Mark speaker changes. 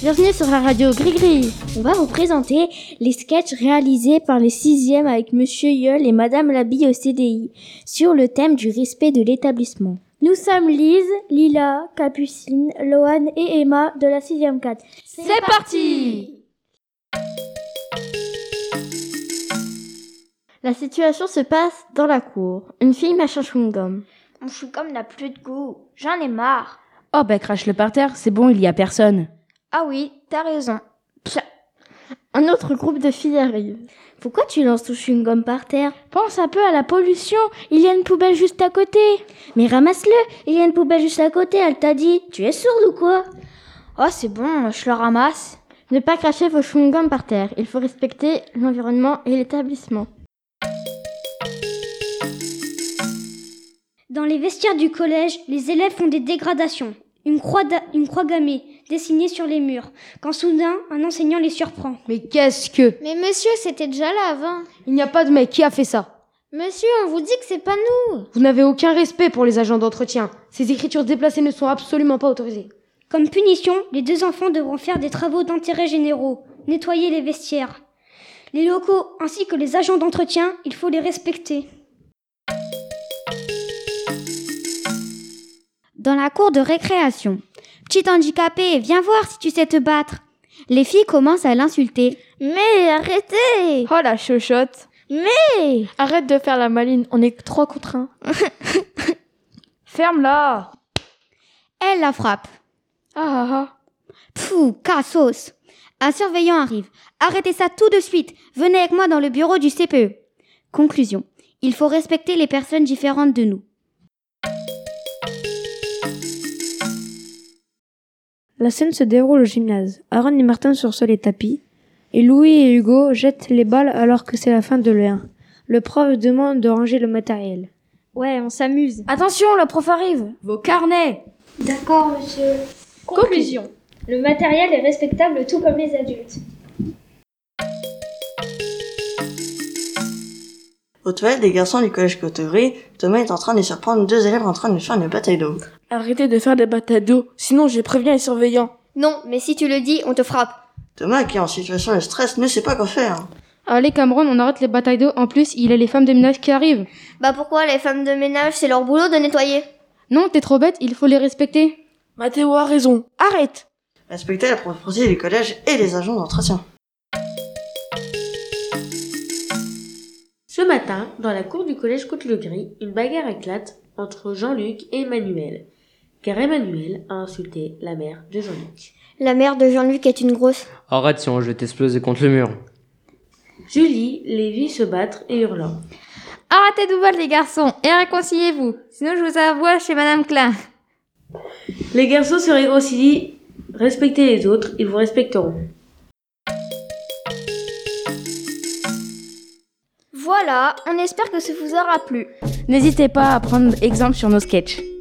Speaker 1: Bienvenue sur la radio Gris-Gris.
Speaker 2: On va vous présenter les sketchs réalisés par les sixièmes avec Monsieur Yeul et Madame Labille au CDI sur le thème du respect de l'établissement.
Speaker 3: Nous sommes Lise, Lila, Capucine, Loane et Emma de la 6ème 4.
Speaker 4: C'est parti
Speaker 1: La situation se passe dans la cour. Une fille mâche un chewing-gum.
Speaker 5: Mon chewing-gum n'a plus de goût. J'en ai marre.
Speaker 6: Oh bah crache-le par terre, c'est bon, il y a personne.
Speaker 5: Ah oui, t'as raison. Pcha.
Speaker 1: Un autre groupe de filles arrive.
Speaker 2: Pourquoi tu lances ton chewing-gum par terre
Speaker 3: Pense un peu à la pollution. Il y a une poubelle juste à côté.
Speaker 2: Mais ramasse-le. Il y a une poubelle juste à côté, elle t'a dit. Tu es sourde ou quoi
Speaker 5: Oh, c'est bon, je le ramasse.
Speaker 1: Ne pas cracher vos chewing-gums par terre. Il faut respecter l'environnement et l'établissement.
Speaker 7: Dans les vestiaires du collège, les élèves font des dégradations. Une croix, une croix gammée, dessinée sur les murs, quand soudain, un enseignant les surprend.
Speaker 6: Mais qu'est-ce que
Speaker 8: Mais monsieur, c'était déjà là avant.
Speaker 6: Il n'y a pas de mec qui a fait ça.
Speaker 8: Monsieur, on vous dit que c'est pas nous.
Speaker 6: Vous n'avez aucun respect pour les agents d'entretien. Ces écritures déplacées ne sont absolument pas autorisées.
Speaker 7: Comme punition, les deux enfants devront faire des travaux d'intérêt généraux, nettoyer les vestiaires. Les locaux ainsi que les agents d'entretien, il faut les respecter.
Speaker 9: dans la cour de récréation. Petit handicapé, viens voir si tu sais te battre. Les filles commencent à l'insulter.
Speaker 8: Mais arrêtez
Speaker 10: Oh la chochotte
Speaker 8: Mais
Speaker 10: Arrête de faire la maline, on est trois contre un. Ferme-la
Speaker 9: Elle la frappe.
Speaker 10: Ah ah ah
Speaker 9: Pfou, cassos Un surveillant arrive. Arrêtez ça tout de suite Venez avec moi dans le bureau du CPE. Conclusion. Il faut respecter les personnes différentes de nous.
Speaker 11: La scène se déroule au gymnase. Aaron et Martin sur les tapis, et Louis et Hugo jettent les balles alors que c'est la fin de l'heure. Le prof demande de ranger le matériel.
Speaker 12: Ouais, on s'amuse.
Speaker 13: Attention, le prof arrive. Vos carnets.
Speaker 14: D'accord, monsieur.
Speaker 12: Conclusion. Conclusion.
Speaker 14: Le matériel est respectable tout comme les adultes.
Speaker 15: Au toilettes des garçons du collège Coterie, Thomas est en train de surprendre deux élèves en train de faire une bataille d'eau.
Speaker 16: Arrêtez de faire des batailles d'eau, sinon je préviens les surveillants.
Speaker 17: Non, mais si tu le dis, on te frappe.
Speaker 15: Thomas, qui est en situation de stress, ne sait pas quoi faire.
Speaker 18: Allez Cameron, on arrête les batailles d'eau, en plus il y a les femmes de ménage qui arrivent.
Speaker 17: Bah pourquoi les femmes de ménage, c'est leur boulot de nettoyer
Speaker 18: Non, t'es trop bête, il faut les respecter.
Speaker 16: Mathéo a raison, arrête
Speaker 15: Respectez la propriété du collège et les agents d'entretien.
Speaker 19: Ce matin, dans la cour du collège Côte-le-Gris, une bagarre éclate entre Jean-Luc et Emmanuel, car Emmanuel a insulté la mère de Jean-Luc.
Speaker 17: La mère de Jean-Luc est une grosse.
Speaker 20: Arrête sinon je vais t'exploser contre le mur.
Speaker 19: Julie les vit se battre et hurlant.
Speaker 3: Arrêtez de battre les garçons et réconciliez-vous, sinon je vous envoie chez Madame Klein.
Speaker 19: Les garçons se réconcilient, respectez les autres, ils vous respecteront.
Speaker 5: Voilà, on espère que ça vous aura plu.
Speaker 6: N'hésitez pas à prendre exemple sur nos sketchs.